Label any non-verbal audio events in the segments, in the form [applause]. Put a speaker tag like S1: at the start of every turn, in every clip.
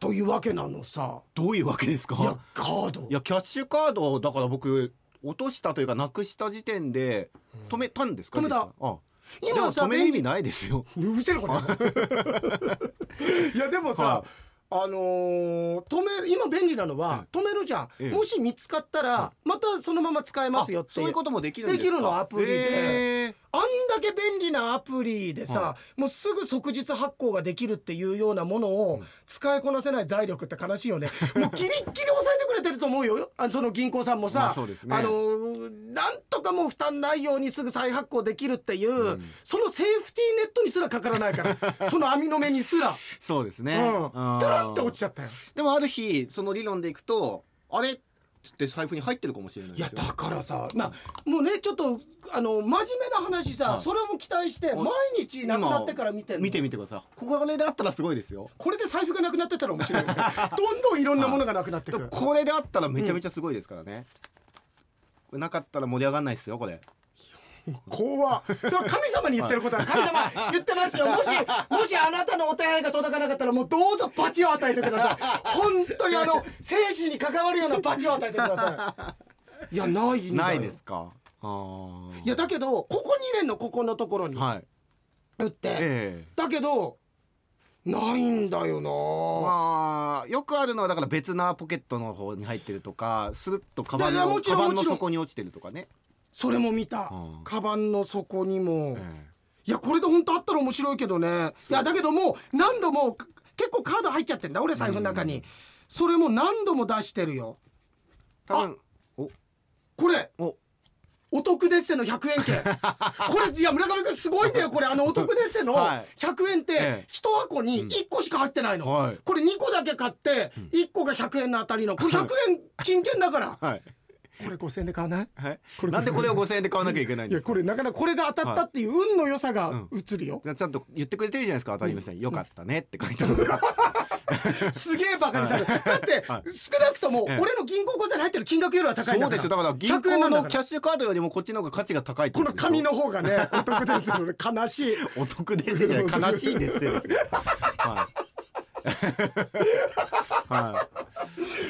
S1: というわけなのさ
S2: どういうわけですか
S1: いやカード
S2: いやキャッシュカードをだから僕落としたというかなくした時点で止めたんですか、
S1: 止めた
S2: 実際あ
S1: 今
S2: でも
S1: さ
S2: 止める意
S1: 便利
S2: 味ないですよ
S1: うるせえのかな [laughs] いやでもさ、
S2: は
S1: あのー止め今便利なのは止めるじゃん、
S2: ええ
S1: もし見つかったらまたそのまま使えますよって
S2: あそう
S1: い
S2: いううこともできるんですか
S1: できるのアプリで
S2: へー
S1: あんだけ便利なアプリでさ、
S2: は
S1: もうすぐ即日発行ができるっていうようなものを使いこなせない財力って悲しいよ
S2: [laughs]
S1: ね。もうギリッギリ抑えてくれてると思うよ。あその銀行さんもさ、
S2: まあそうですね
S1: あのーなんとかもう負担ないようにすぐ再発行できるっていう、そのセーフティーネットにすらかからない
S2: [laughs]
S1: から、その網の目にすら、
S2: そうですね、
S1: うん、
S2: あー
S1: トランって落ちちゃったよ。
S2: でもある日その理論でいくとあれって財布に入ってるかもしれない
S1: いや
S2: ですよ
S1: だからさ、まあもうねちょっとあの真面目な話さ、
S2: はい
S1: それも期待して毎日なくなってから見てんの
S2: 見てみてくださいここがねだったらすごいですよ
S1: これで財布がなくなってたら面白いよ [laughs] ねどんどんいろんなものがなくなって
S2: で
S1: く
S2: も
S1: る
S2: これであったらめちゃめちゃすごいですからね、これなかったら盛り上がんないですよこれ
S1: 怖っそれは神様に言ってることだ神様言ってますよもしもしあなたのお手配が届かなかったらもうどうぞ罰を与えてください本当にあの生死に関わるような罰を与えてくださいいやないんだよ
S2: ないですかあー
S1: いやだけどここに入れんのここのところに
S2: はい
S1: 打って、
S2: ええ
S1: だけどないんだよな、
S2: まあよくあるのはだから別なポケットの方に入ってるとかスルッとカバン
S1: いやいや
S2: の
S1: もちろ
S2: カ
S1: ん
S2: バン
S1: も
S2: の
S1: ちろん
S2: 底に落ちてるとかね、
S1: それも見た、
S2: うん
S1: カバンの底にも、
S2: え
S1: いやこれで本当あったら面白いけどねいやだけどもう何度もか結構カード入っちゃってんだ俺財布の中に、それも何度も出してるよ
S2: え多分お
S1: これ
S2: お
S1: お得デッセの100円
S2: [laughs]
S1: 券これいや村上君すごいんだよこれあのお得デッセの
S2: は
S1: 100
S2: い
S1: 円っ
S2: え
S1: て
S2: え
S1: 一箱に1個しか入ってないの、
S2: はい
S1: これ2個だけ買って1個が100円の当たりのこれ100円金券だから
S2: はい
S1: これ5000円で買わない
S2: はい
S1: これ
S2: なんでこれを5000円で買わなきゃいけない
S1: い
S2: んで
S1: や
S2: すか
S1: これなかなかこれが当たったっていう運の良さが
S2: う
S1: 映るよ、
S2: じゃあちゃんと言ってくれてるじゃないですか当
S1: [laughs]
S2: たりました、よかったねって書いてあるから
S1: すげえバカにされる、だって、
S2: は
S1: 少なくとも
S2: え
S1: 俺
S2: え
S1: の銀行口座に入ってる金額よりは高いん
S2: そ
S1: だ
S2: う
S1: か
S2: で
S1: ら
S2: すよだから銀
S1: 100円な
S2: 行
S1: んだ
S2: の
S1: から
S2: キャッシュカードよりもこっちの方が価値が高いって
S1: こ
S2: こと
S1: の
S2: でしょ
S1: 紙の方が
S2: [laughs]
S1: ねお得ですよね悲しい
S2: お得ですよね悲しいですよ、
S1: [laughs]
S2: はい、は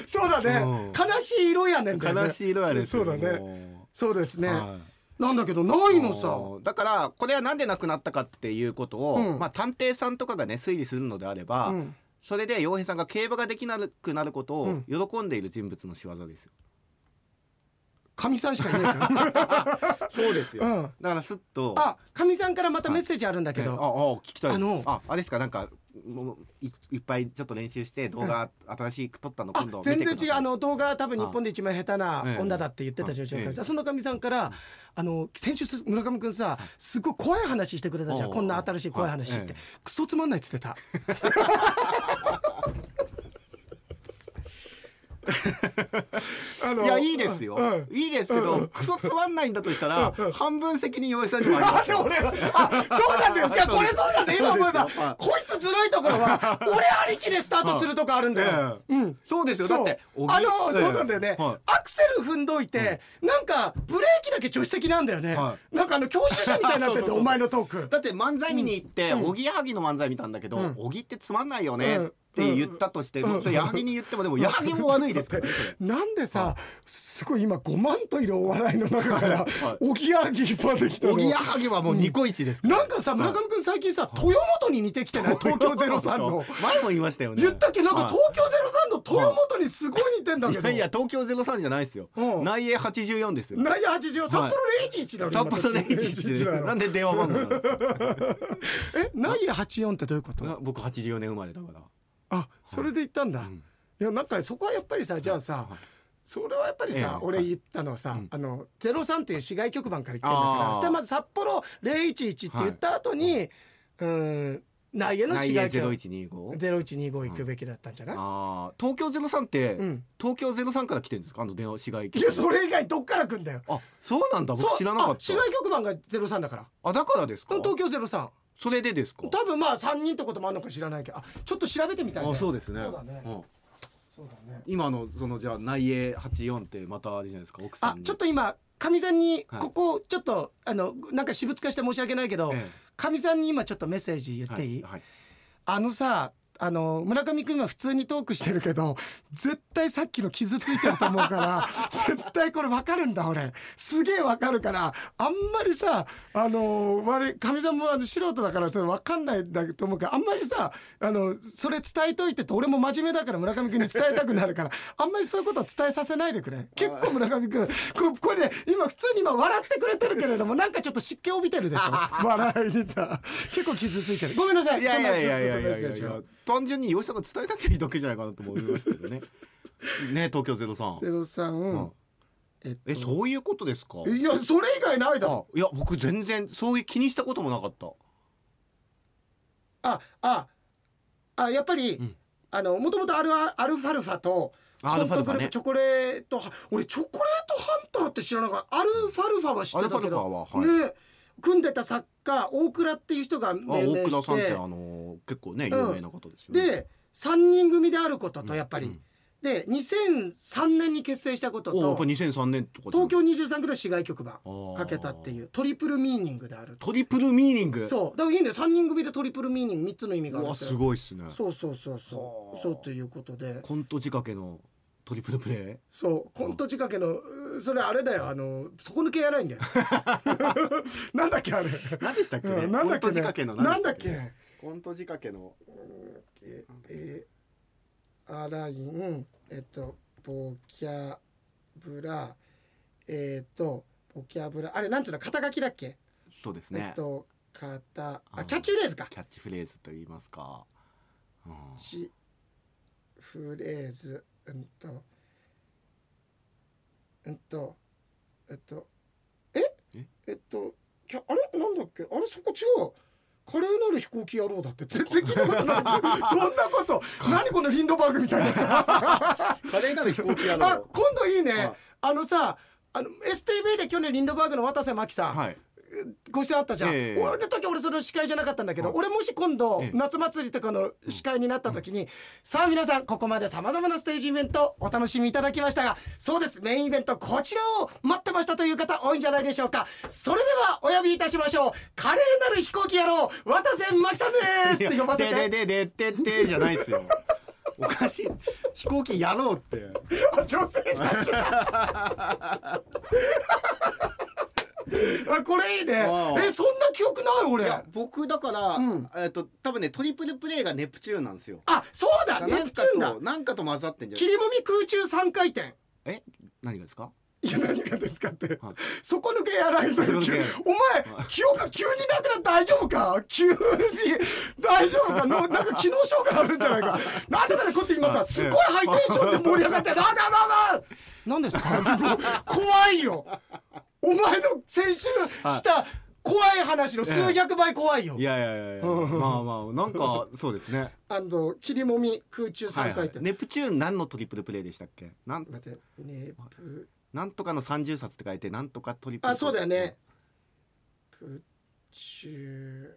S1: そうだね、
S2: うん
S1: 悲しい色やねんだよ
S2: い、
S1: ね
S2: 悲しい色やです
S1: そうだ
S2: よ
S1: ね
S2: も
S1: そうですね、
S2: は
S1: なんだけどないうのさ
S2: もうだからこれはなんでなくなったかっていうことを、
S1: うん
S2: まあ探偵さんとかがね推理するのであれば、
S1: うん
S2: それで洋平さんが競馬ができなくなること
S1: う
S2: を
S1: ん
S2: 喜んでいる人物の仕業ですよ。
S1: かみさんしかいない
S2: [laughs]
S1: から
S2: そうですよ。
S1: うん
S2: だからすっと
S1: あかみさんからまたメッセージあるんだけ
S2: ねあ
S1: ど、
S2: あ聞きたいです
S1: あの
S2: ああれですかなんかもういいっぱいちょっと練習して動画新しく撮ったの
S1: あ
S2: 今度見て
S1: 全
S2: くださ
S1: 然
S2: い
S1: 違うあの動画は多分日本で一番下手な
S2: ええ
S1: 女だって言ってたじゃん、うちの神さん
S2: ええ
S1: そのかみさんからあの先週す村上君さすごい怖い話してくれたじゃん
S2: おう
S1: こんな新しい怖い話って、
S2: はいえ
S1: クソつまんないっつってたあの
S2: いやいいですよ、
S1: うん
S2: いいですけど、クソつまんないんだとしたら、半分責任用意さんにもあり
S1: あ
S2: ます
S1: で
S2: よ
S1: 俺あそうなんだよいやこれそうなんだよ今思え
S2: そうですよは
S1: ば
S2: い
S1: こいつずるいところは俺ありきでスタートするとこあるんだよ、
S2: ええ
S1: うん
S2: そうですよだ
S1: そ
S2: っ
S1: う
S2: て小木
S1: あの、
S2: ええ
S1: そうなんだよね、
S2: は
S1: アクセル踏んどいて、なんかブレーキだけ助手席なんだよね、
S2: は
S1: なんかあの教習車みたいになって
S2: そう
S1: て
S2: [laughs] そうそう
S1: お前のトーク
S2: だって漫才見に行って、おぎやはぎの漫才見たんだけど、おぎってつまんないよねって言ったとして、もそれ矢作に言ってもでも矢作も悪いで
S1: [laughs]
S2: すからねそれ
S1: なんでさ、すごい今5万といるお笑いの中から
S2: はい
S1: おぎやはぎ引っ張ってきたの
S2: おぎやはぎはもうニコイチですから、
S1: なんかさ村上君最近さ豊本に似てきて
S2: [laughs]
S1: ない東京03の
S2: 前も言いましたよね
S1: 言ったっけなんか
S2: はい
S1: 東京03の豊本にすごい似てんだけ
S2: い
S1: ど
S2: やいや東京ゼロ三じゃないですよ。
S1: うん
S2: 内衛八十四ですよ。
S1: 内野80札幌011だろ
S2: 札幌で一
S1: だろ
S2: なんで電話番号なんですか。
S1: え内野84ってどういうこと
S2: な僕八十四年生まれだから。
S1: あそれで行ったんだ、い
S2: ん
S1: やなんかそこはやっぱりさじゃあさ、それはやっぱりさ、
S2: ええ
S1: 俺言ったのはさ、あの「03」っていう市外局番から言ってんだから
S2: あー
S1: そしたらまず札幌011って言った後に、うーん内江の市
S2: 内衛
S1: 外
S2: ゼロ
S1: 局
S2: 一二五。
S1: 0125行くべきだったんじゃない、
S2: ああ東京ゼロ三って、
S1: ん
S2: 東京ゼロ三から来てるんですかあの電話市外
S1: いやそれ以外どっから来んだよ
S2: あそうなんだ
S1: そ
S2: 僕
S1: う
S2: 知らなか
S1: あ
S2: っ
S1: 市外
S2: た。
S1: 局番が03だから
S2: あだからですか。
S1: 東京03
S2: それでですか。
S1: 多分まあ3人ってこともあるのか知らないけどあちょっと調べてみたいね
S2: あそうですね。
S1: そうだね、
S2: うん
S1: そうだね
S2: 今のそのじゃあ内衛八四ってまたあれじゃないですか奥さ
S1: あ
S2: んに。
S1: ちょっと今かみさんに
S2: はい
S1: ここちょっと、あのなんか私物化して申し訳ないけど
S2: ええ
S1: かみ、さんに今ちょっとメッセージ言っていい、
S2: はいはい
S1: あのさあの村上君は普通にトークしてるけど絶対さっきの傷ついてると思うから絶対これ分かるんだ俺すげえ分かるからあんまりさあの我かみさんもあの素人だからそれ分かんないんだと思うからあんまりさあのそれ伝えといてって俺も真面目だから村上君に伝えたくなるからあんまりそういうことは伝えさせないでくれ結構村上君ここれね今普通に今笑ってくれてるけれどもなんかちょっと湿気帯びてるでしょ笑いにさ結構傷ついてるごめんなさい
S2: いやいやいやいや
S1: そんな
S2: いやい
S1: ちょっとメッ
S2: や
S1: セージを
S2: 単純に洋一さんが伝えなきゃいいだけじゃないかなと思いますけどねね東京ゼロさん
S1: ゼロさん、
S2: ん
S1: えっと
S2: えそういうことですか
S1: いやそれ以外ないだろ
S2: いや僕全然そういう気にしたこともなかった
S1: あああやっぱり、
S2: うん
S1: あのもともとアルアアルファルファと
S2: アルファルファね
S1: チョコレートは俺チョコレートハンターって知らなかったアルファルファは知ってたけど
S2: アルファルファは
S1: ね組んでた作家大倉っていう人が
S2: あ
S1: 命名
S2: 大倉
S1: し
S2: さんって
S1: て
S2: あの結構ね
S1: うん
S2: 有名な方ですよね、
S1: で3人組であることとやっぱり、
S2: うん
S1: で2003年に結成したこと
S2: おやっぱ
S1: と
S2: 2003年とかで
S1: 東京23区の市外局番
S2: あー
S1: かけたっていうトリプルミーニングである
S2: トリプルミーニング
S1: そうだからいいんだよ3人組でトリプルミーニング3つの意味があ
S2: う
S1: る
S2: わ
S1: って
S2: すごいっすね
S1: そうそうそうそ
S2: は
S1: う
S2: あ
S1: そうということで
S2: コント仕掛けのトリプルプレー
S1: そうコント仕掛けのうーそれあれだよあの底抜けやないん
S2: [laughs]
S1: だよ [laughs] なんだっけあれ
S2: 何でしたっけね、
S1: うん [laughs] なんだっけ
S2: コント仕
S1: ね
S2: 掛けの
S1: なんだっ
S2: でした
S1: け
S2: コント仕掛けの
S1: ええアラインえっとボキャブラえっとボキャブラあれなんていうの肩書きだっけ
S2: そうです
S1: え
S2: ね
S1: っと肩
S2: う
S1: あ
S2: ん
S1: キャッチフレーズか
S2: キャッチフレーズと言いますか、うん
S1: しフレーズうんとうんとえっとえ
S2: え
S1: えっときゃあれなんだっけあれそこ違う華麗なる飛行機野郎だって全然聞いたことない
S2: [laughs]
S1: そんなこと何このリンドバーグみたいなさ
S2: 華麗なる飛行機屋
S1: あ
S2: の
S1: 今度いいね
S2: あ
S1: あのさあの STV で去年リンドバーグの渡瀬真希さん、
S2: はい
S1: ご出演あったじゃん、
S2: ええ
S1: 俺の時俺その司会じゃなかったんだけど、
S2: はい
S1: 俺もし今度、
S2: ええ
S1: 夏祭りとかの司会になった時に、さあ皆さんここまでさまざまなステージイベントお楽しみいただきましたがそうですメインイベントこちらを待ってましたという方多いんじゃないでしょうかそれではお呼びいたしましょう華麗なる飛行機野郎渡瀬真希さんですって呼ばせて
S2: ででででででじゃないですよおかしい飛行機やろうって
S1: あ女性たち
S2: [laughs]
S1: だあこれいいね
S2: ああ
S1: えそんな記憶ない
S2: い
S1: 俺
S2: や僕だから、
S1: うん
S2: えっと多分ねトリプルプレーがネプチューンなんですよ
S1: あそうだ
S2: な
S1: ネ
S2: ん
S1: プチ
S2: か
S1: ューンだ
S2: となんかと混ざってんじゃ
S1: 切りもみ空中三回転
S2: ないえ何がですか
S1: いや何がですかって、
S2: はい
S1: 底抜けやらないとお前
S2: 底抜けやらない
S1: 記憶が急になくなって大丈夫か急に大丈
S2: [laughs]
S1: 夫かのなんか機能障害あるんじゃないかなんでかねこうやって今さ
S2: はい
S1: すごいハイテンションで盛り上がってなんだなんだなんですかちょっと怖いよお前の先週した怖い話の数百倍怖いよ
S2: いやいやいや
S1: [laughs]
S2: いやまあまあなんかそうですね
S1: あの切りもみ空中三回転、
S2: ネプチューン何のトリプルプレイでしたっけなん
S1: 待ってねぷ
S2: なんとかの30冊って書いてなんとかトリプル
S1: あそうだよね。プチュー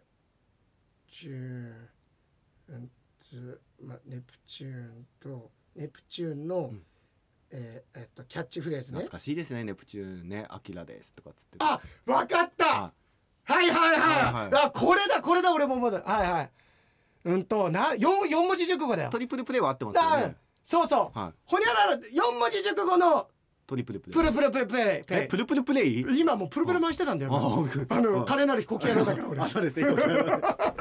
S1: チューンつまネプチューンとネプチューンの、
S2: ん
S1: えーえっとキャッチフレーズね
S2: 懐。かしいですねネプチューンね「アキラです」とかっつって
S1: あわかった。はいはいはい。
S2: はいは
S1: あこれだこれだ俺もまだはいはい。うんとな四四文字熟語だよ
S2: ト。リプルプレイは合ってますよ
S1: だ
S2: ね
S1: そうそう。
S2: はい
S1: ほにゃらら四文字熟語の
S2: トリプルプレイ
S1: プルプルプルプルプ
S2: え
S1: ル
S2: プルプルプレイ
S1: 今もうプルプル回してたんだよ。
S2: あ
S1: あ
S2: あ
S1: の
S2: あ
S1: 華麗なる飛行機野郎だから俺。
S2: そうです
S1: [laughs]
S2: ねごめんなさ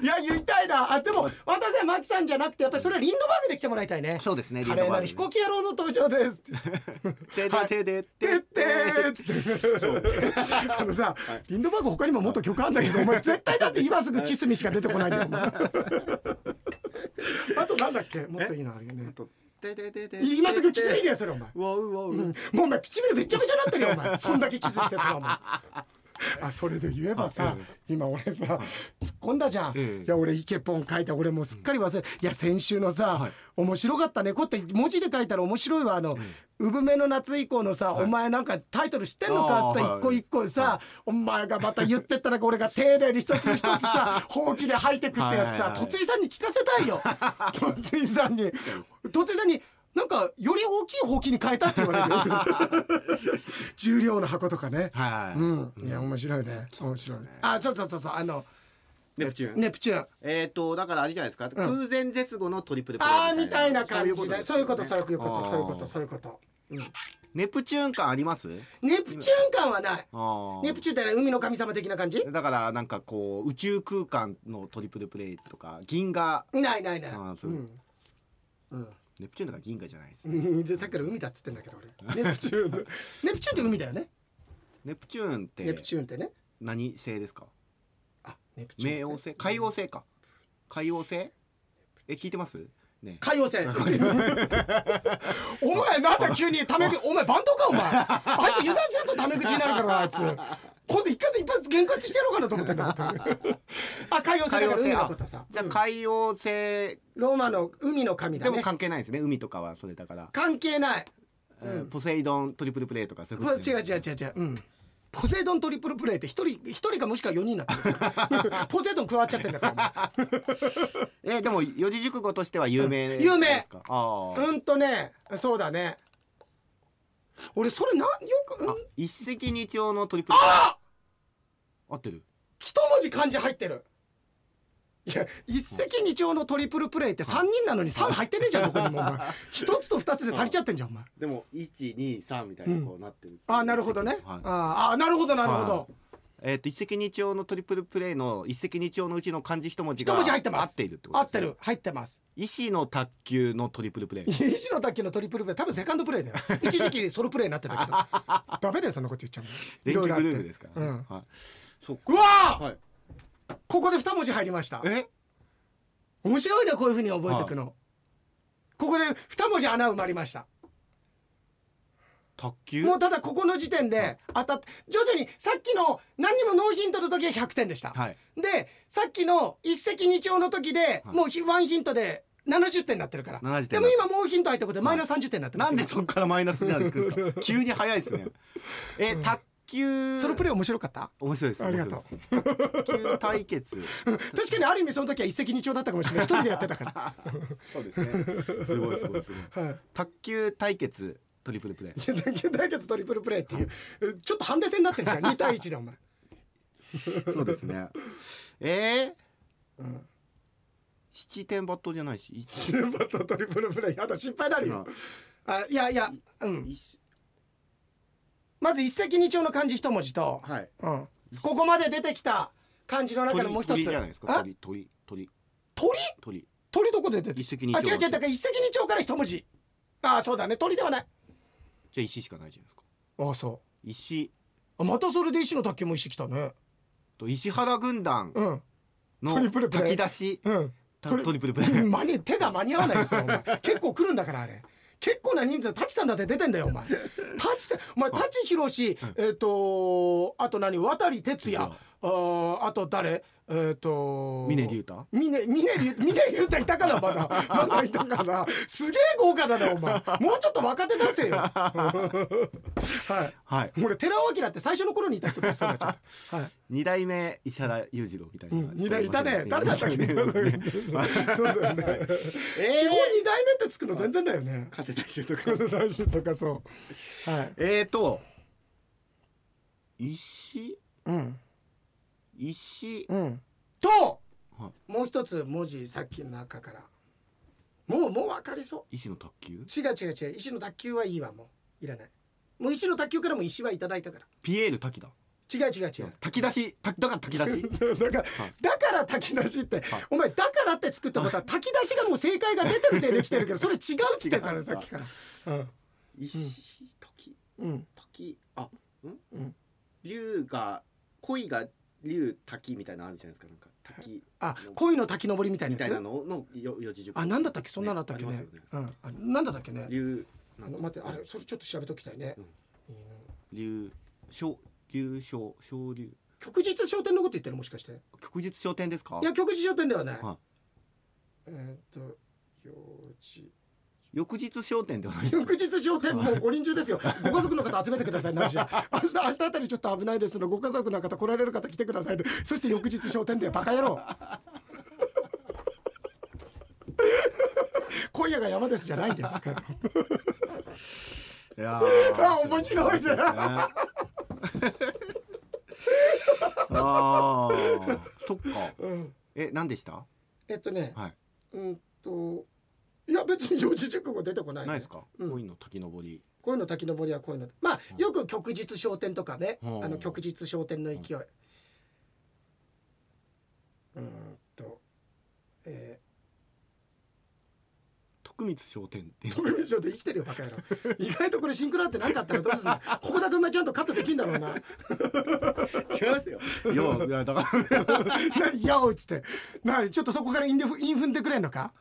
S2: い
S1: いや言いたいなあでも渡瀬真希さんじゃなくてやっぱりそれはリンドバーグで来てもらいたいね
S2: そうですね
S1: 華麗なる飛行機野郎の登場
S2: [laughs]
S1: です
S2: 手で手で
S1: て
S2: 手
S1: ってーっつってあのさ、リンドバーグ他にももっと曲あんだけどお前絶対だって今すぐキスミしか出てこないんだよお
S2: [laughs]
S1: 前あとなんだっけもっといいのあるよね
S2: でででで
S1: 今すぐキスミだよそれお前
S2: わうわう
S1: うんもうお前唇べっちゃべちゃになってるよお前そんだけキスしてたらお前あそれで言えばさ、今俺さ、突っ込んだじゃん、
S2: ええ
S1: いや俺イケポン書いた俺もうすっかり忘れ、いや先週のさ、
S2: はい
S1: 面白かった猫って文字で書いたら面白いわあの、産めの夏以降のさ、お前なんかタイトル知ってんのかっつって
S2: あー
S1: 一個一個さ、お前がまた言ってったら俺が丁寧に一つ一つ
S2: [laughs]
S1: さほうきで吐いてくってやつさ
S2: はいはいはい
S1: とついさんに聞かせたいよ [laughs] とついさんにとついさんになんかより大きいほうきに変えたって言わ [laughs] れる重量の箱とかね
S2: はい
S1: うん、いや面白いね面白いねあそうそうそうそうあの
S2: ネプチューン
S1: ネプチューン
S2: えっとだからあれじゃないですか空前絶後のトリプルプレ
S1: ああ
S2: ー
S1: みたいな感じでそういうこと
S2: です
S1: そう
S2: よ
S1: いう
S2: ね
S1: ことそういうこと
S2: あ
S1: そういうことうん
S2: ーネプチューン感あります
S1: ネプチューン感はない
S2: あー
S1: ネプチューンってね海の神様的な感じ
S2: だからなんかこう宇宙空間のトリプルプレーとか銀河
S1: ないないない
S2: あーそううん
S1: うん [laughs]
S2: ネプチューンとか銀河じゃないですね
S1: うんさっきから海だっつってんだけど [laughs] 俺ネプチューンネプチューンって海だよね
S2: ネプチューンっ
S1: ネ
S2: て
S1: プチューンってね
S2: 何星ですか
S1: あネプチューン
S2: 冥王星海王星か海王星え聞いてますね
S1: 海王 [laughs] 星お前なんだ急にタメ
S2: [laughs]
S1: 口お前バンドかお前あいつ油断するとタメ口になるからあいつ今度一回で一発喧嘩してやろうかなと思ってんだ
S2: [laughs]
S1: 本当にあ海王星だから海のことさ
S2: じゃあ
S1: うん
S2: 海王星
S1: ローマの海の神だ
S2: でも
S1: ね
S2: 関係ないですね海とかはそれだから
S1: 関係ない
S2: えーポセイドントリプルプレーとかそういう
S1: まあ
S2: ことです
S1: 違う
S2: ね
S1: 違う違う違う、うん、ポセイドントリプルプレイって一人一人かもしくは四人になってる [laughs] ポセイドン加わっちゃってんだからお前
S2: [laughs] えーでも四字熟語としては有名ですか
S1: 有名
S2: ああ
S1: うんとねそうだね俺それなんよく、うん、
S2: 一石二鳥のトリプルプレー合ってる
S1: 一文字漢字入ってるいや一石二鳥のトリプルプレイって3人なのに3入ってねえじゃんどこにもお前一つと二つで足りちゃってんじゃんお前
S2: でも123みたいにこうなってる
S1: ああなるほどね、
S2: はい
S1: ああなるほどなるほど、
S2: はえっ、と一石二鳥のトリプルプレーの一石二鳥のうちの漢字一文字が
S1: 一文字入ってます
S2: 合っているってこと
S1: 合
S2: ですね
S1: ってる入ってます
S2: 医師の卓球のトリプルプレー
S1: 石野卓球のトリプルプレー多分セカンドプレ
S2: [laughs]
S1: ーだよ一時期ソロプレーになってたけどダメだよそんなこと言っちゃうのい
S2: 電
S1: ろ
S2: 気
S1: いろあ
S2: グ
S1: っ
S2: ルー
S1: て
S2: プですから、
S1: う
S2: ね
S1: ん
S2: はい、そっ
S1: う
S2: か
S1: わー
S2: はい
S1: ここで二文字入りました
S2: え
S1: 面白いねこういうふうに覚えていくの、ここで二文字穴埋まりました
S2: 卓球
S1: もうただここの時点で当たって徐々にさっきの何にもノーヒントの時は100点でした、
S2: はい
S1: でさっきの一石二鳥の時で、
S2: はい
S1: もうひワンヒントで70点になってるから
S2: 70点
S1: でも今もうヒント入ったことでマイナス30点になってます、
S2: なんでそっからマイナスになるんです
S1: [laughs]
S2: か急に早いですねえ卓球
S1: ソロプレー面白かった
S2: 面白いです
S1: ありがとう
S2: 面白いです卓球対
S1: [laughs]
S2: 決
S1: 確かにある意味その時は一石二鳥だったかもしれない一人でやってたから、
S2: そうですねすごいすごいすごい
S1: はい
S2: 卓球対決トリプルプレー
S1: いや卓球対決トリプルプレーっていうえちょっとハンデ戦になってるじゃん2対1でお前
S2: そうで
S1: [laughs]
S2: すねえー七点抜刀じゃないし一
S1: スーパーとトリプルプレーやだ心配になるよあいやいやうん
S2: 一
S1: まず一石二鳥の漢字一文字と、
S2: はい
S1: うん、ここまで出てきた漢字の中
S2: 鳥
S1: のもう一つ
S2: 鳥じゃないですか
S1: あ
S2: 鳥鳥鳥
S1: 鳥
S2: 鳥
S1: 鳥どこで出て
S2: 一
S1: る
S2: 石二
S1: あ
S2: 鳥
S1: 違う違うだから一石二鳥から一文字ああそうだね鳥ではない
S2: じゃあ石しかないじゃないですか
S1: ああそ
S2: 石
S1: うあまたそれで石の卓球も石来たね
S2: と石原軍団
S1: うん
S2: の
S1: トリプルプレー
S2: 炊き出し
S1: うん
S2: た
S1: トリ
S2: トリプルプレー
S1: 間に手が間に合わないよそれお前結構来るんだからあれ結構な人数タチさんだって出てんだよお前タチさんお前タチヒロシえっ、とあと何渡哲也あーあと誰えっ、と
S2: 峰竜太
S1: 峰峰竜峰竜太いたからまだまだいたからすげえ豪華だなお前もうちょっと若手出せよはい
S2: はい
S1: 俺寺尾明って最初の頃にいた人としてなっちゃった、はい
S2: 二代目石原裕次郎みたいな、
S1: うん二代いたね誰だったっけ
S2: [laughs] ね
S1: そうだよね [laughs] 基本二代目ってつくの全然だよね
S2: 加瀬大衆とか
S1: 黒瀬大臣とかそうはい
S2: えーと石
S1: うん
S2: 石
S1: うんと
S2: は
S1: もう一つ文字さっきの中からもうもう分かりそ
S2: 石の卓球
S1: う違う違う違う石の卓球はいいわもういらないもう石の卓球からも石はいただいたから
S2: ピエール滝だ
S1: 違う違う違う
S2: 滝出し滝だから滝出し
S1: [laughs] だから、だから炊き出しって、お前だからって作ったことは炊き出しがもう正解が出てるってできて
S2: [laughs]
S1: るけどそれ違うっつってたからさっきから
S2: 石滝
S1: うん
S2: 滝あうん
S1: うん
S2: 竜が恋が竜滝みたいなのあるじゃないですかなんか滝
S1: あ恋の滝登りみたいな
S2: みたいな
S1: やつ
S2: ののよ四字熟語
S1: あなんだったっけそんなのあったっけね
S2: ありますよね
S1: うんあなんだったっけね
S2: 竜な
S1: あ
S2: ん
S1: の
S2: だ
S1: 待ってあれそれちょっと調べときたいね、いいな
S2: 竜小竜小小竜
S1: 旭日商店のこと言ってるもしかして
S2: 旭日商店ですか
S1: いや旭日商店ではない、
S2: はい
S1: えーっと幼児
S2: 翌日商店
S1: [laughs]
S2: ではない
S1: 翌日商店もう五輪中ですよご家族の方集めてくださいなし明日明日あたりちょっと危ないですのご家族の方来られる方来てくださいでそして翌日商店でバカ野郎今夜が山ですじゃないんだよバカ野郎
S2: いや [laughs]
S1: あ面白いね [laughs]
S2: ああそっか
S1: うん、
S2: え何でした
S1: えっとね、
S2: はい
S1: うんといや別に四字熟語出てこない、ね、
S2: ないですか
S1: うん
S2: 恋の滝登り
S1: こういうの滝登りはこういうのまあよく旭日昇天とかね、
S2: うん
S1: あの旭日昇天の勢い、うーんとえ
S2: 徳光商店って
S1: ー、徳光昇天生きてるよバカ
S2: [laughs]
S1: 野郎意外とこれシンクロ合ってなかったらどうすんのここだけお前ちゃんとカットできんだろうな
S2: 違いますよよいやだから
S1: [laughs] 何やおいっつって何ちょっとそこからインデフイン踏んでくれんのか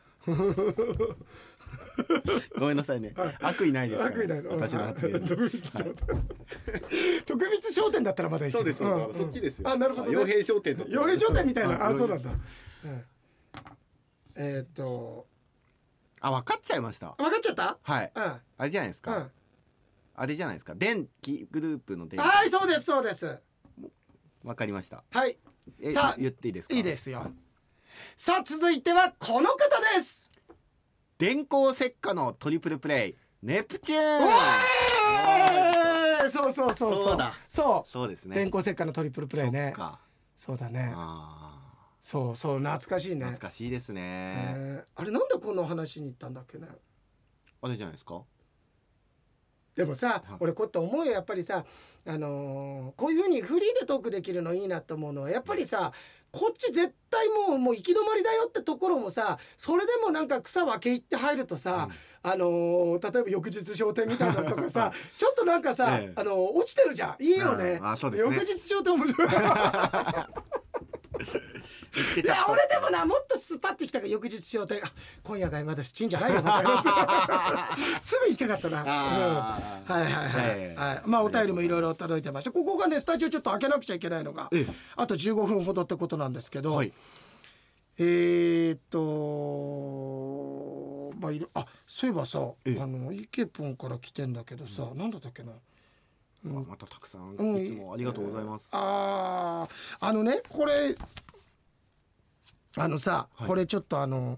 S2: ごめんなさいね悪意ないですから
S1: 悪意ないの
S2: 私の発
S1: [laughs]
S2: 言
S1: うん徳光商店徳光商店だったらまだいいけ
S2: そ
S1: ど
S2: うですそうです、
S1: ん
S2: そっちですよ
S1: あなるほどね
S2: 傭兵商店だった
S1: 余平商店みたいなあそうなんだ、
S2: あ
S1: うんえーっと
S2: あ分かっちゃいました
S1: 分かっちゃった
S2: はい
S1: うんうん
S2: あれじゃないですか、
S1: は
S2: あれじゃないですか電気グループの電気
S1: いそうですそうです
S2: わかりました
S1: はい
S2: え
S1: さあ
S2: 言っていいですか
S1: いいですよさあ続いてはこの方です
S2: 電光石火のトリプルプレイネプチューン
S1: おーそうそうそうそう
S2: そうだ
S1: そう
S2: そうですね
S1: 電光石火のトリプルプレイね
S2: そっか
S1: そうだね
S2: あー
S1: そうそう懐かしいね
S2: 懐かしいですね、
S1: えーあれなんでこの話に行ったんだっけね
S2: あれじゃないですか
S1: でもさ
S2: はい
S1: 俺こうやって思うよやっぱりさあのーこういうふうにフリーでトークできるのいいなと思うのはやっぱりさこっち絶対もうもう行き止まりだよってところもさそれでもなんか草分け入って入るとさ、あのー例えば翌日商店みたいなのとか
S2: [laughs]
S1: さちょっとなんかさ、
S2: ええ
S1: あのー落ちてるじゃんいいよね,、
S2: うんあそうですね
S1: 翌日商店面白い
S2: 見つけ
S1: い
S2: ちゃっ
S1: や
S2: た
S1: 俺でもなもっとスパッてきたから翌日商店 [laughs] あ今夜がまだ七んじゃないよバカ野郎 [laughs] すぐ行きたかったな。うん
S2: あー
S1: はいはいはい、はい、まあお便りもいろいろ届いてましてここがねスタジオちょっと開けなくちゃいけないのが、
S2: ええ
S1: あと15分ほどってことなんですけど、
S2: はい
S1: えー、っとまあいろあそういえばさ、
S2: ええ
S1: あのイケポンから来てんだけどさ、なんだったっけな
S2: あまたたくさん
S1: うん
S2: いつもありがとうございます、
S1: あーあのねこれあのさ、これちょっとあの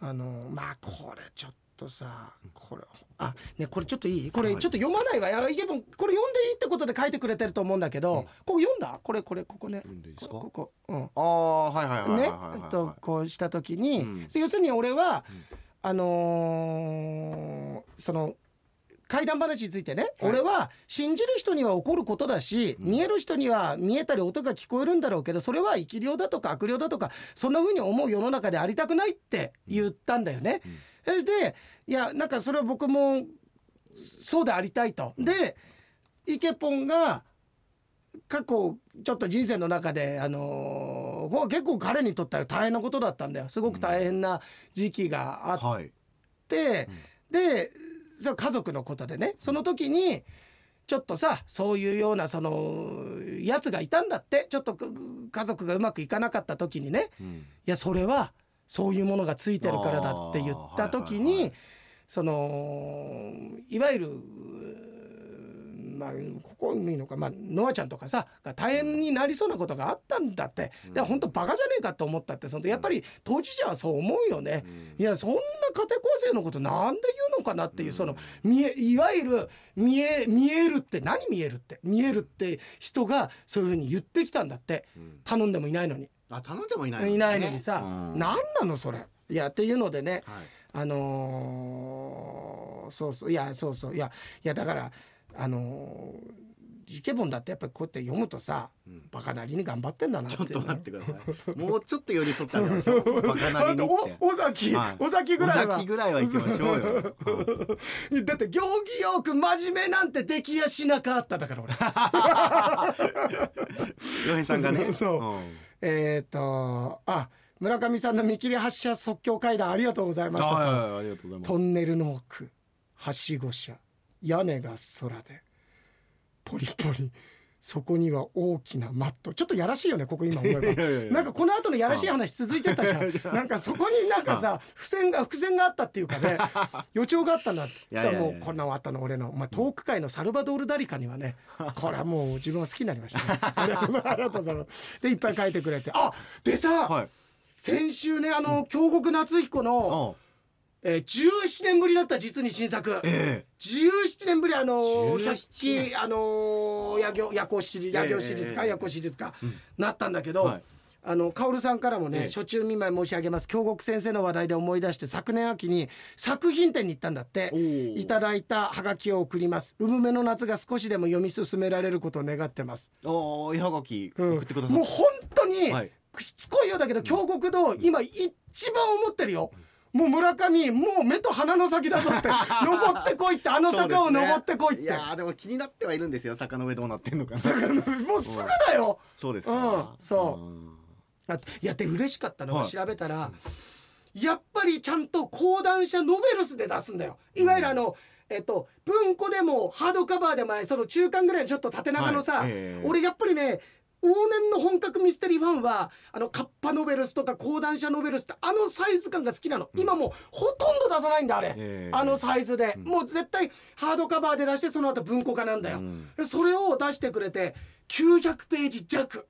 S1: あのまあこれちょっとさこれあねこれちょっといいこれちょっと読まないわ、い、やいけばこれ読んでいいってことで書いてくれてると思うんだけど、ここ読んだこれこれここね
S2: 読んでいいですか
S1: ここここうん
S2: ああはいはいはいはい
S1: ね
S2: はいはい、はい
S1: とこうした時に、
S2: うん
S1: そう要するに俺は、あのーその怪談話についてね、
S2: はい
S1: 俺は信じる人には起こることだし、見える人には見えたり音が聞こえるんだろうけどそれは生き霊だとか悪霊だとかそんな風に思う世の中でありたくないって言ったんだよね。えでいやなんかそれは僕もそうでありたいと。でイケポンが過去ちょっと人生の中で、あのーこれは結構彼にとっては大変なことだったんだよすごく大変な時期があっ
S2: はい
S1: て、でその家族のことでねその時にちょっとさそういうようなそのやつがいたんだってちょっとく家族がうまくいかなかった時にね
S2: うん
S1: いやそれはそういうものがついてるからだって言った時に、
S2: あーはいはいはい
S1: そのいわゆるうーまあここいいのか、まあ、ノアちゃんとかさが大変になりそうなことがあったんだって、で本当バカじゃねえかと思ったってそのやっぱり当事者はそう思うよね、いやそんな家庭構成のことなんで言うのかなっていう、その見えいわゆる見え見えるって何見えるって見えるって人がそういうふうに言ってきたんだって、
S2: ん
S1: 頼んでもいないのに。
S2: あ頼んでもいない
S1: いないのにさ、
S2: うん
S1: 何なのそれいやっていうのでね、
S2: はい
S1: あのーそうそういやそうそういやいやだからあのーイケボンだってやっぱりこうやって読むとさ、バカなりに頑張ってんだなって
S2: ちょっと待って
S1: て
S2: ください。もうちょっと寄り添ってあげ
S1: [laughs]
S2: ましょう。バカなりにって。
S1: 尾崎
S2: はい
S1: 尾崎ぐらい
S2: 尾
S1: は
S2: 崎ぐらいは行きましょうよ。
S1: [laughs] だって行儀よく真面目なんてできやしなかっただ
S2: [laughs]
S1: から俺
S2: 洋平さんがね。
S1: そう
S2: うん
S1: えっとあ村上さんの見切り発車即興会談ありがとうございましたと
S2: はいはいはいありがとうございます。
S1: トンネルの奥はしご車屋根が空でポリポリそこには大きなマットちょっとやらしいよねここ今思えば
S2: [laughs] やいやいや
S1: なんかこの後のやらしい話続いてたじ
S2: [laughs]
S1: ゃんなんかそこになんかさ付箋が伏線があったっていうかね予兆があったんだ
S2: いやいやいや
S1: もうこんなんあったの俺の、まあ、トーク界のサルバドール・ダリカには
S2: [laughs]
S1: ねこれはもう自分は好きになりました、ね、ありがとうございますありがとうございますでいっぱい書いてくれてあでさ、
S2: はい。
S1: 先週ねあの京極夏彦の、
S2: あ、
S1: えー、17年ぶりだった実に新作、
S2: え
S1: 17年ぶりあのー、
S2: 17
S1: 100期あのー、夜行夜行シリーズ
S2: ええ
S1: 夜行シリーズか、
S2: ええ
S1: 夜行シリーズか、なったんだけど、
S2: はい
S1: あの薫さんからもね、
S2: ええ
S1: 初中見舞い申し上げます京極先生の話題で思い出して昨年秋に作品展に行ったんだって
S2: おー
S1: いただいたハガキを送ります産めの夏が少しでも読み進められることを願ってます、
S2: おお絵はがき
S1: うん
S2: 送ってください、
S1: もう本当に、
S2: はい
S1: しつこいようだけど京極堂、今一番思ってるよもう村上もう目と鼻の先だぞ
S2: [laughs]
S1: って登ってこいってあの坂を登ってこいっ
S2: い
S1: て
S2: やーでも気になってはいるんですよ坂の上どうなってんのかな
S1: もうすぐだよ
S2: そうですか、
S1: うんそう
S2: うん
S1: あいやで嬉しかったのは
S2: はい
S1: 調べたら、やっぱりちゃんと講談社ノベルスで出すんだよいわゆるあの、えっと文庫でもハードカバーでもないその中間ぐらいのちょっと縦長のさ、
S2: はいええ
S1: 俺やっぱりね往年の本格ミステリーファンはあのカッパノベルスとか講談社ノベルスってあのサイズ感が好きなの、今もうほとんど出さないんだあれ、
S2: ええ
S1: あのサイズで、もう絶対ハードカバーで出してその後文庫化なんだよ、
S2: うん
S1: それを出してくれて900ページ弱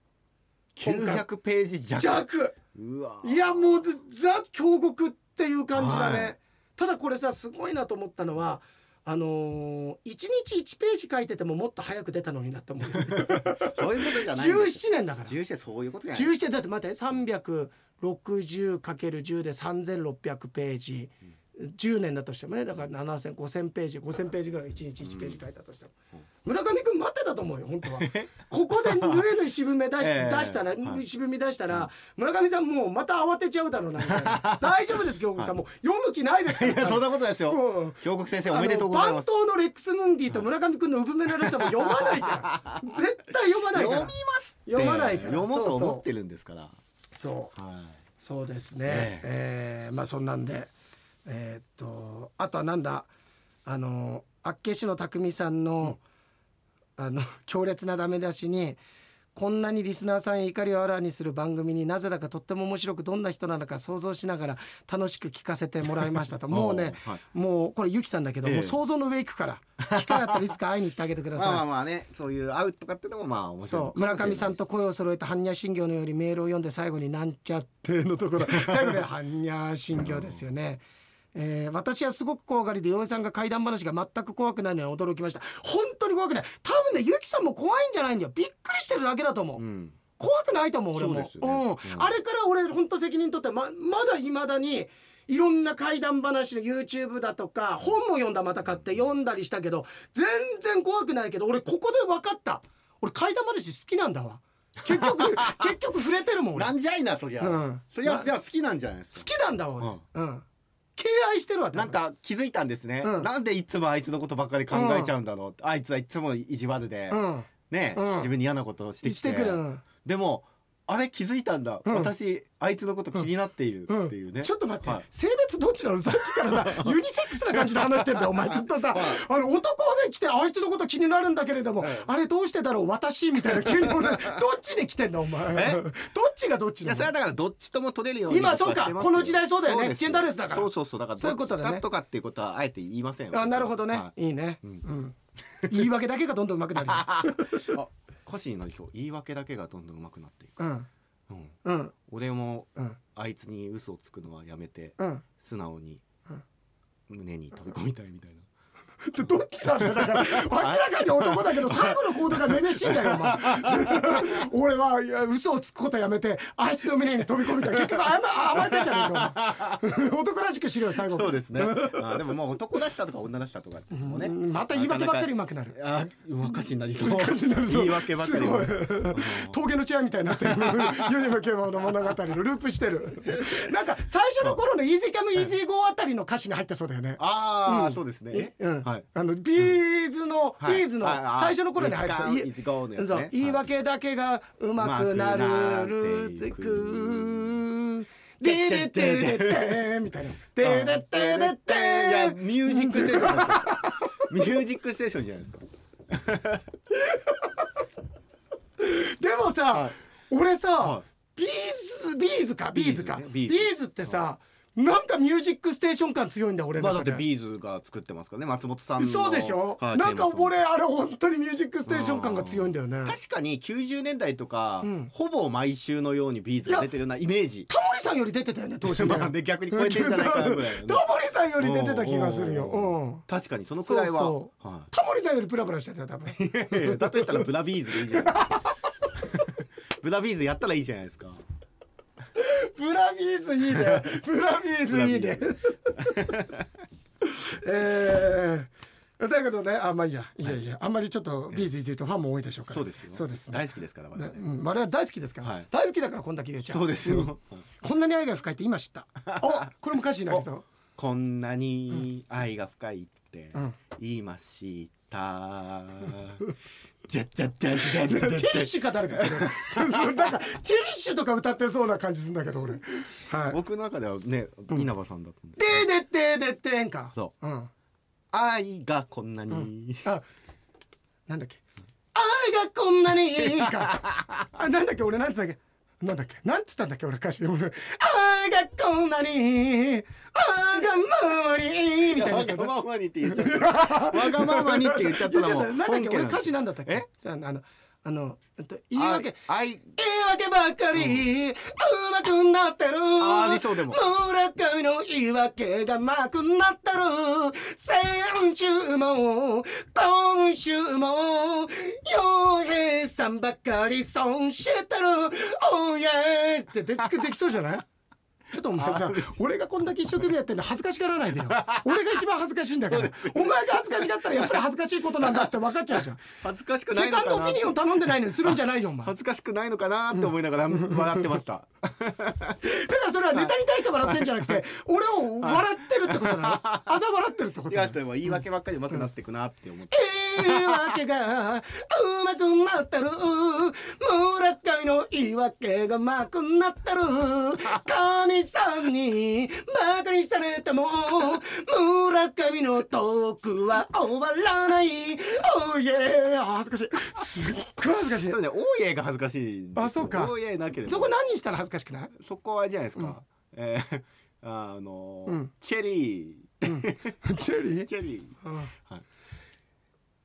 S2: 900ページ弱
S1: 弱
S2: うわー
S1: いやもうザザ京極っていう感じだね、
S2: はい
S1: ただこれさすごいなと思ったのはあのー、1日1ページ書いててももっと早く出たのになって思う
S2: [laughs] そういうことじゃないんです
S1: 17年だから
S2: 17そういうことじゃない
S1: 17年だって待って 360×10 で3600ページ10年だとしてもねだから70005000ページ5000ページぐらい1日1ページ書いたとしても、村上君待ってたと思うよ本
S2: [laughs]
S1: 当はここでぬえぬ渋め出し,、
S2: ええ
S1: 出したら、
S2: はい
S1: 渋み出したら村上さんもうまた慌てちゃうだろうなみたいな大丈夫です京極さん、もう読む気ないですから
S2: いやそんなことないですよ、
S1: うん
S2: 京極先生おめでとうございます
S1: あの番頭のレックスムンディと村上君の産めのやつはもう読まないから
S2: [laughs]
S1: 絶対読まないから
S2: 読みますって
S1: 読まないから
S2: 読もうと
S1: そうそう
S2: 思ってるんですから
S1: そう
S2: は
S1: そうですね。え
S2: え
S1: ーまあそんなんで、えーっとあとはなんだあの厚岸の匠さんの、あの [laughs] 強烈なダメ出しに。こんなにリスナーさんへ怒りをあらわにする番組になぜだかとっても面白くどんな人なのか想像しながら楽しく聞かせてもらいましたともうね、
S2: [laughs] おーはい
S1: もうこれゆきさんだけど、
S2: ええ
S1: もう想像の上行くから機会あったらいつか会いに行ってあげてく
S2: い
S1: ださい
S2: [laughs] まあまあまあねそういう会うとかっていうのもまあ面白い
S1: そう村上さんと
S2: と
S1: 声を揃えた般若心経のようにメールを読んで最後に「なんちゃって」のところ
S2: [laughs]
S1: 最後で般若心経ですよね。えー私はすごく怖がりで洋江さんが怪談話が全く怖くないのに驚きました本当に怖くない多分ねゆきさんも怖いんじゃないんだよびっくりしてるだけだと思う、
S2: うん
S1: 怖くないと思う俺も
S2: そうですよね
S1: うん
S2: うん
S1: あれから俺本当責任取ってままだいまだにいろんな怪談話の YouTube だとか本も読んだまた買って読んだりしたけど全然怖くないけど俺ここで分かった俺怪談話好きなんだわ結
S2: [laughs]
S1: 局結局触れてるもん俺
S2: な
S1: 好
S2: んじゃいなそりゃ、
S1: うん
S2: そりゃ
S1: な
S2: じゃあ好きなんじゃないですか
S1: きなんだわ俺うん、敬愛してるわ多分
S2: なんか気づいたんですね、
S1: うん
S2: なんでいつもあいつのことばっかり考えちゃうんだろう、あいつはいつも意地悪で、
S1: うん
S2: ね、
S1: うん
S2: 自分に嫌なことをしてきて
S1: してくるうん
S2: でもあれ気づいたんだ、
S1: うん
S2: 私あいつのこと気になっている
S1: うん
S2: っていうね、
S1: ちょっと待って、
S2: はい
S1: 性別どっちなのさっきからさ
S2: [laughs]
S1: ユニセックスな感じで話してんだよお前ずっとさ、あの男で来てあいつのこと気になるんだけれども、
S2: はい
S1: あれどうしてだろう私みたいな急に俺どっちで来てんのお前
S2: [laughs] え
S1: どっちがどっち
S2: い
S1: な
S2: やそれは
S1: の
S2: だからどっちとも取れるように
S1: 今
S2: 僕は
S1: そうか
S2: してます
S1: この時代そうだよね
S2: です
S1: ジェンダーレスだから
S2: そうそうそうだから
S1: そういうことだね
S2: どっちとかっていうことはあえて言いませんよ
S1: あなるほどね、、
S2: はい
S1: いね、 [laughs] うん言い訳だけがどんどん上手くな
S2: あ歌詞になりそう言い訳だけがどんどん上手くなっていく、 [laughs]
S1: るようん
S2: うん
S1: うん
S2: 俺も
S1: うん
S2: あいつに嘘をつくのはやめて、
S1: うん
S2: 素直に胸に飛び込みたいみたいな
S1: でどっちなんだよだから明らかに男だけど最後の行動がめめしいんだよお前 [laughs] 俺はいや嘘をつくことやめてあいつの胸に飛び込みたい結局あま甘えてんじゃねえかお前 [laughs] 男らしくしろよ最後
S2: そうですね [laughs] あーでもまあ男らしさとか女らしさとかっていうのもね
S1: うんまた言い訳ばっかり上手くなる
S2: あー歌詞になりそう
S1: 歌詞になるぞ
S2: 言い訳ばっかり
S1: すごい
S2: うん
S1: 峠の茶屋みたいになってる世にもケモの物語のループしてるなんか最初の頃の「イージーカムイージーゴー」あたりの歌詞に入ってそうだよね
S2: ああそうですね
S1: えうん
S2: はい
S1: あのビーズの、
S2: はい
S1: ビーズの
S2: はいはい
S1: 最初の頃に入ってた、
S2: It's gone, it's gone のやつね
S1: そう
S2: はい
S1: 言い訳だけがうまくなる
S2: うまくなってい
S1: く
S2: く
S1: でででででみたいなでででで
S2: いや
S1: で
S2: ミュージックステーションなん
S1: [laughs]
S2: ですかミュージックステーションじゃないですか
S1: でもさ
S2: は
S1: 俺さ
S2: は
S1: ビーズビーズかビーズかビ
S2: ビーズねビーズ
S1: ーズってさなんかミュージックステーション感強いんだ俺
S2: ま
S1: の
S2: あだ
S1: 中
S2: っ
S1: で
S2: てビーズが作ってますからね松本さんの
S1: そうでしょ
S2: はい
S1: なんか
S2: テーマソング
S1: 俺あれ本当にミュージックステーション感が強いんだよね
S2: 確かに90年代とか、
S1: ん
S2: ほぼ毎週のようにビーズが出てるようなイメージ
S1: タモリさんより出てたよね当時ね
S2: [laughs] なんで逆に超えてんじゃないかなぐらいのね
S1: [laughs] タモリさんより出てた気がするよ。うん。
S2: 確かにそのくらいは
S1: そうそう [laughs]
S2: は
S1: タモリさんよりプラプラしてたよ多分。 [laughs]
S2: [laughs] い、だとしたらブラビーズでいいじゃないですかブラビーズやったらいいじゃないですか
S1: ブラビーズいい
S2: [laughs]
S1: ねブラビーズいいね [laughs] えー、だけどねあまあいいやいやいやあんまりちょっとビーズいじるとファンも多いでしょうから
S2: そうですよ
S1: そうですね
S2: 大好きですから我々
S1: ねうん、我々大好きですから、
S2: はい
S1: 大好きだからこんだけ言えちゃう
S2: そうですよ
S1: こんなに愛が深いって今知
S2: [laughs]
S1: ったおこれ昔なんですよ
S2: こんなに愛が深いって
S1: うん
S2: 言いましたじゃじゃじゃじゃじ
S1: チ
S2: ゃ
S1: ェ
S2: じゃ
S1: リッシュか誰かそれそうそうなんかチェリッシュとか歌ってそうな感じするんだけど俺はい
S2: 僕の中ではね稲葉さんだったんです
S1: でででででんか、
S2: そう
S1: うん、
S2: 愛がこんなに
S1: あなんだっけ愛がこんなにいいかあなんだっけ俺なんつったっけなんだっけなんつったんだっけ俺歌詞俺愛がこんなに愛がままにみたいな
S2: わ
S1: やつ
S2: がままにって言っちゃったわがままにって言っちゃった
S1: 言っち
S2: の
S1: ゃっ
S2: も
S1: たなんだっけ俺歌詞なん
S2: だ
S1: だったっけ
S2: え
S1: さああのあのえっと言い訳
S2: 愛
S1: 言い訳ばっかり、うまくなってる
S2: あー理想でも
S1: 村上の言い訳がうまくなってる先週も今週も洋平さんばっかり損してるおやえってでつくできそうじゃないちょっとお前さ俺がこんだけ一生懸命やってるの恥ずかしがらない [laughs] でよ俺が一番恥ずかしいんだからお前が恥ずかしがったらやっぱり恥ずかしいことなんだって分かっちゃうじゃん [laughs]
S2: 恥ずかしくな
S1: セ
S2: いの
S1: カンド
S2: か
S1: オ
S2: な
S1: ピニオン頼んでないのにするんじゃないよお前
S2: 恥ずかしくないのかなって思いながら笑ってました
S1: だからそれはネタに対して笑ってんじゃなくて俺を笑ってるってことなのあざ笑ってるってこと
S2: 違
S1: な
S2: う
S1: の
S2: 人は言い訳ばっかり上手くなっていくなって思って
S1: 言い訳がうまくなってる村上の言い訳がうまくなってる神さんにバカにされても村上のトークは終わら [laughs] ないおいえ恥ずかしいすっごい恥ずかしい
S2: でもね、大家が恥ずかしいんですよ。
S1: あそうか
S2: 大家なければ。
S1: そこ何にしたら恥ずかしくない
S2: そこはじゃないですか。えー [laughs] あのー
S1: うん
S2: チェリ
S1: チェリ
S2: ー。チェリー。はい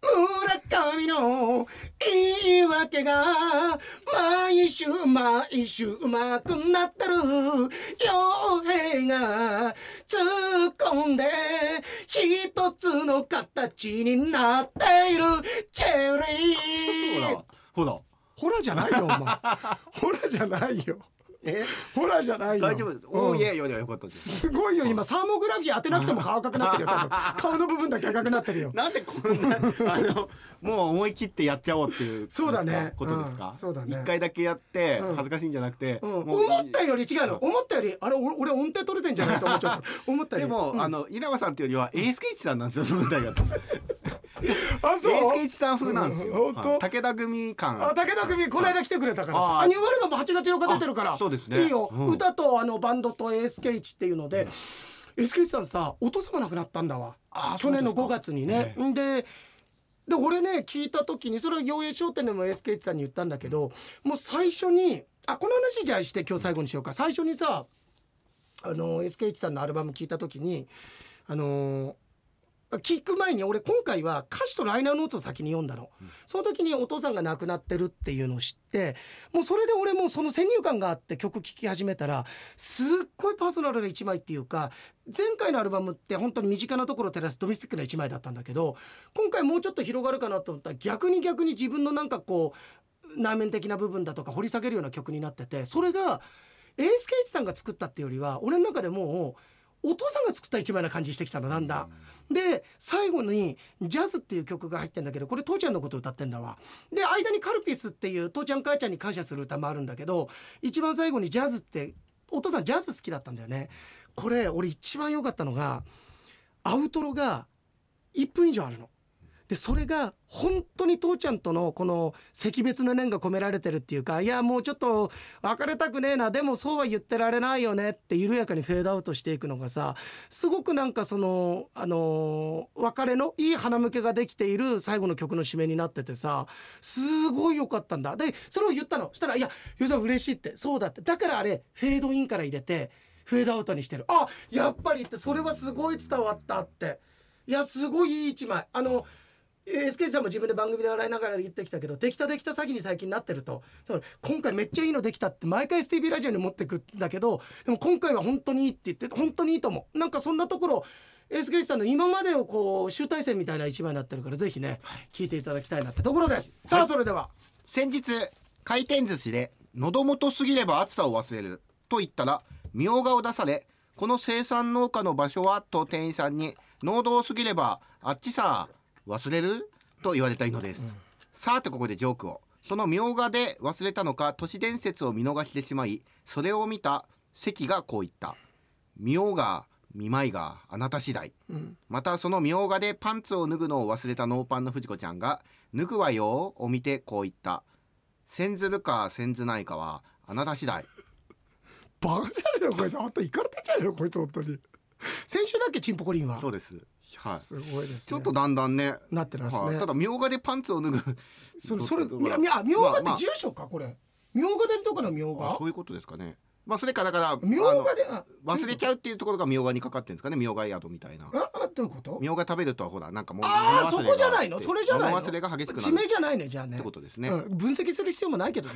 S1: 村上の言い訳が毎週毎週うまくなってる傭兵が突っ込んで一つの形になっているチェリー
S2: ほら、ほ
S1: ホラじゃないよお前ホラじゃないよ
S2: ら。え、
S1: ホラじゃないよ
S2: 大丈夫。
S1: う
S2: 大
S1: ん
S2: 家よりは良かったです。
S1: すごいよ今サーモグラフィー当てなくても顔赤くなってるよ多分顔の部分だけ赤くなってるよ
S2: なんでこん
S1: [laughs]
S2: なあのもう思い切ってやっちゃおうっていう
S1: そうだね
S2: ことですか
S1: うんそうだね
S2: 一回だけやって
S1: うん
S2: 恥ずかしいんじゃなくて、
S1: うん
S2: もう
S1: 思ったより違うの思ったよりあれ俺俺音程取れてんじゃないと思っち
S2: [laughs]
S1: ゃう思ったよ
S2: で
S1: り
S2: も、
S1: うん
S2: あの稲葉さんっていうよりはエースケイチさんなんですよその歌が。
S1: あ
S2: エースケイチさん風なんですよ。
S1: うん本当
S2: はい武田組感
S1: あ武田組この間来てくれたからさ
S2: あ
S1: アニューアルバム8月8日出てるから
S2: あそうですね
S1: いいよ、
S2: うん
S1: 歌とあのバンドと ASK1 っていうので、ASK1 さんさお父様亡くなったんだわ
S2: あ
S1: 去年の
S2: そう
S1: 5
S2: ですか
S1: 月にね。でで俺ね聞いた時にそれは養栄商店でも ASK1 さんに言ったんだけどもう最初にあこの話じゃあして今日最後にしようか最初にさあの SK1 さんのアルバム聞いた時にあのー聞く前に俺今回は歌詞とライナーノーツを先に読んだの、その時にお父さんが亡くなってるっていうのを知ってもうそれで俺もうその先入観があって曲聴き始めたらすっごいパーソナルな一枚っていうか前回のアルバムって本当に身近なところを照らすドミスティックな一枚だったんだけど今回もうちょっと広がるかなと思ったら逆に逆に自分のなんかこう内面的な部分だとか掘り下げるような曲になっててそれが ASK1 さんが作ったっていうよりは俺の中でもうお父さんが作った一枚な感じしてきたのなんだ。で最後に「ジャズ」っていう曲が入ってんだけどこれ父ちゃんのこと歌ってんだわ。で間に「カルピス」っていう父ちゃん母ちゃんに感謝する歌もあるんだけど一番最後に「ジャズ」ってお父さんジャズ好きだったんだよね。これ俺一番良かったのがアウトロが1分以上あるの。でそれが本当に父ちゃんとのこの惜別の念が込められてるっていうかいやもうちょっと別れたくねえなでもそうは言ってられないよねって緩やかにフェードアウトしていくのがさすごくなんかそのあのー別れのいい花向けができている最後の曲の締めになっててさすごい良かったんだでそれを言ったのそしたら「いやゆうさん嬉しいってそうだってだからあれフェードインから入れてフェードアウトにしてるあやっぱりってそれはすごい伝わったっていやすごいいい一枚あの SK さんも自分で番組で笑いながら言ってきたけどできたできた詐欺に最近なってるとつまり今回めっちゃいいのできたって毎回 STV ラジオに持ってくんだけどでも今回は本当にいいって言って本当にいいと思うなんかそんなところ SK さんの今までをこう集大成みたいな一枚になってるからぜひね聞いていただきたいなってところですさあそれでは
S2: 先日回転寿司で喉元すぎれば暑さを忘れると言ったらみょうがを出されこの生産農家の場所はと店員さんに農道を過ぎればあっちさ忘れると言われたいのです、さてここでジョークをそのみょうがで忘れたのか都市伝説を見逃してしまいそれを見た関がこう言ったみょうが見まいがあなた次第、またそのみょうがでパンツを脱ぐのを忘れたノーパンの藤子ちゃんが「脱ぐわよ」を見てこう言った「せんずるかせんずないかはあなた次第
S1: バカじゃねえのこいつあんた行かれてんじゃねえのこいつ本当に先週だっけチンポコリン」は
S2: そうです、はい、
S1: すごいですね
S2: ちょっとだんだんね
S1: なってますね、
S2: はいただみょうがでパンツを脱ぐ
S1: それそれ
S2: ど
S1: みみあみょうがって
S2: まあ
S1: 住所かこれみょうがでとかのみょう
S2: まああ
S1: が
S2: そういうことですかねまあそれかだから
S1: みょうがで
S2: あ
S1: あ
S2: の忘れちゃうっていうところがみょうがにかかってるんですかねみょうが宿みたいな
S1: ああどういうこと
S2: みょうが食べるとはほらなんかもう
S1: ああそ
S2: 物忘れが
S1: こじゃない
S2: あっ
S1: の
S2: て
S1: それじゃないの
S2: 物忘れが激しくな
S1: 地
S2: る
S1: 名じゃないねじゃあね
S2: ってことですね
S1: うん分析する必要もないけどね